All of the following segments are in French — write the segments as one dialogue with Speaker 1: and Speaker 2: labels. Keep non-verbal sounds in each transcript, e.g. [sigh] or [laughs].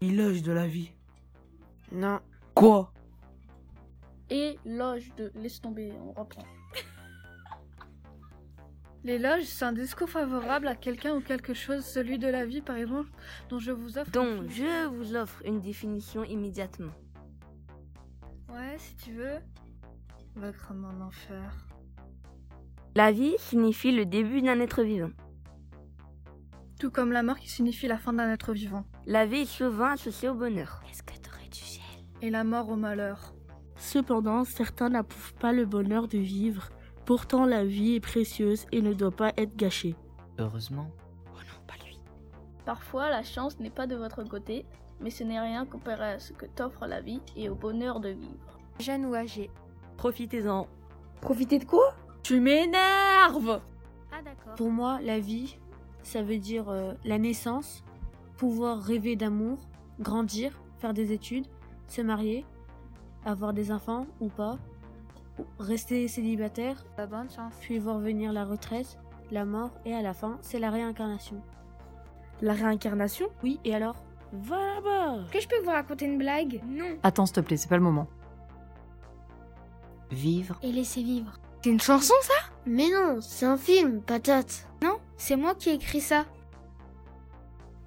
Speaker 1: Éloge de la vie.
Speaker 2: Non.
Speaker 1: Quoi
Speaker 3: Éloge de. Laisse tomber, on reprend.
Speaker 4: L'éloge, c'est un discours favorable à quelqu'un ou quelque chose, celui de la vie par exemple, dont je vous offre.
Speaker 5: Donc, je vous offre une définition immédiatement.
Speaker 4: Ouais, si tu veux. Va cramer en enfer.
Speaker 5: La vie signifie le début d'un être vivant.
Speaker 4: Tout comme la mort qui signifie la fin d'un être vivant.
Speaker 5: La vie est souvent associée au bonheur.
Speaker 6: Est-ce que t'aurais du gel
Speaker 4: Et la mort au malheur.
Speaker 7: Cependant, certains n'approuvent pas le bonheur de vivre. Pourtant, la vie est précieuse et ne doit pas être gâchée.
Speaker 1: Heureusement.
Speaker 6: Oh non, pas lui.
Speaker 3: Parfois, la chance n'est pas de votre côté, mais ce n'est rien comparé à ce que t'offre la vie et au bonheur de vivre.
Speaker 2: Jeune ou âgé.
Speaker 5: Profitez-en.
Speaker 8: Profiter de quoi
Speaker 3: Tu m'énerves
Speaker 6: Ah d'accord.
Speaker 8: Pour moi, la vie, ça veut dire euh, la naissance, pouvoir rêver d'amour, grandir, faire des études, se marier, avoir des enfants ou pas, rester célibataire,
Speaker 2: Bah, bonne chance.
Speaker 8: puis voir venir la retraite, la mort et à la fin, c'est la réincarnation.
Speaker 7: La réincarnation
Speaker 8: Oui, et alors
Speaker 7: Va là-bas
Speaker 6: Que je peux vous raconter une blague Non.
Speaker 9: Attends, s'il te plaît, c'est pas le moment.
Speaker 1: Vivre.
Speaker 6: Et laisser vivre.
Speaker 10: C'est une chanson ça Mais non, c'est un film, patate.
Speaker 6: Non, c'est moi qui ai écrit ça.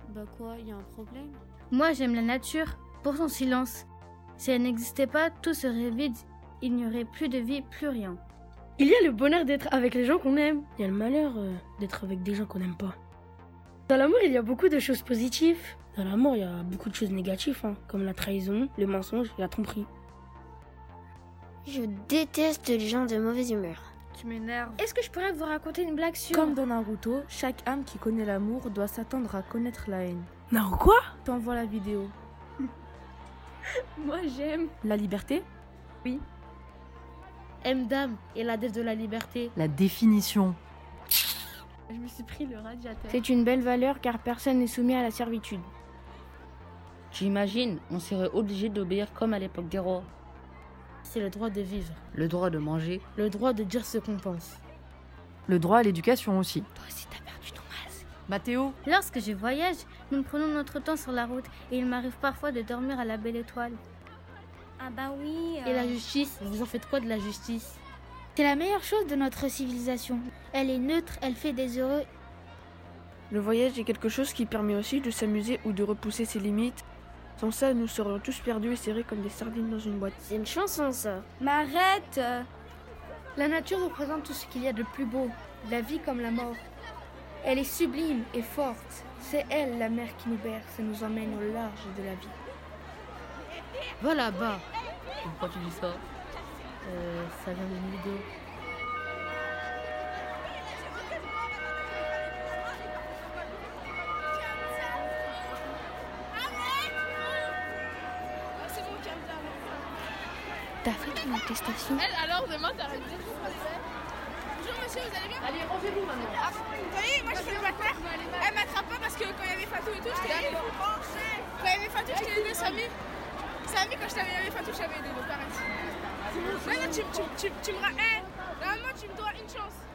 Speaker 8: Bah quoi, y a un problème
Speaker 6: Moi, j'aime la nature pour son silence. Si elle n'existait pas, tout serait vide. Il n'y aurait plus de vie, plus rien.
Speaker 7: Il y a le bonheur d'être avec les gens qu'on aime. Il y a le malheur euh, d'être avec des gens qu'on n'aime pas. Dans l'amour, il y a beaucoup de choses positives. Dans l'amour, il y a beaucoup de choses négatives, hein, comme la trahison, le mensonge et la tromperie.
Speaker 10: Je déteste les gens de mauvaise humeur.
Speaker 4: Tu m'énerves.
Speaker 6: Est-ce que je pourrais vous raconter une blague sur...
Speaker 11: Comme dans Naruto, chaque âme qui connaît l'amour doit s'attendre à connaître la haine.
Speaker 7: Non, quoi
Speaker 11: T'envoies la
Speaker 6: [laughs]
Speaker 11: vidéo.
Speaker 3: Moi j'aime.
Speaker 11: La liberté
Speaker 10: M dame et la dette de la liberté.
Speaker 9: La définition.
Speaker 3: Je me suis pris le radiateur.
Speaker 10: C'est une belle valeur car personne n'est soumis à la servitude.
Speaker 12: J'imagine, on serait obligé d'obéir comme à l'époque des rois.
Speaker 10: C'est le droit de vivre,
Speaker 12: Le droit de manger.
Speaker 10: le droit de dire ce qu'on pense.
Speaker 9: Le droit à l'éducation aussi.
Speaker 6: Toi aussi, t'as perdu ton masque.
Speaker 9: Mathéo
Speaker 6: Lorsque je voyage, nous prenons notre temps sur la route et il m'arrive parfois de dormir à la belle étoile.
Speaker 3: Ah bah oui.
Speaker 10: Et la justice, vous en faites quoi de la justice
Speaker 6: euh. C'est la meilleure chose de notre civilisation. Elle est neutre, elle fait des heureux.
Speaker 2: Le voyage est quelque chose qui permet aussi de s'amuser ou de repousser ses limites. Sans ça, nous serions tous perdus et serrés comme des sardines dans une boîte.
Speaker 10: C'est une chanson ça.
Speaker 4: Mais arrête
Speaker 6: La nature représente tout ce qu'il y a de plus beau, la vie comme la mort. Elle est sublime et forte. C'est elle, la mer, qui nous berce et nous emmène au large de la vie.
Speaker 8: Va
Speaker 6: bah.
Speaker 8: là-bas
Speaker 12: Pourquoi tu dis ça
Speaker 8: Ça vient d'une vidéo.
Speaker 6: T'as fait ton attestation
Speaker 4: Maintenant, tu, me dois une chance.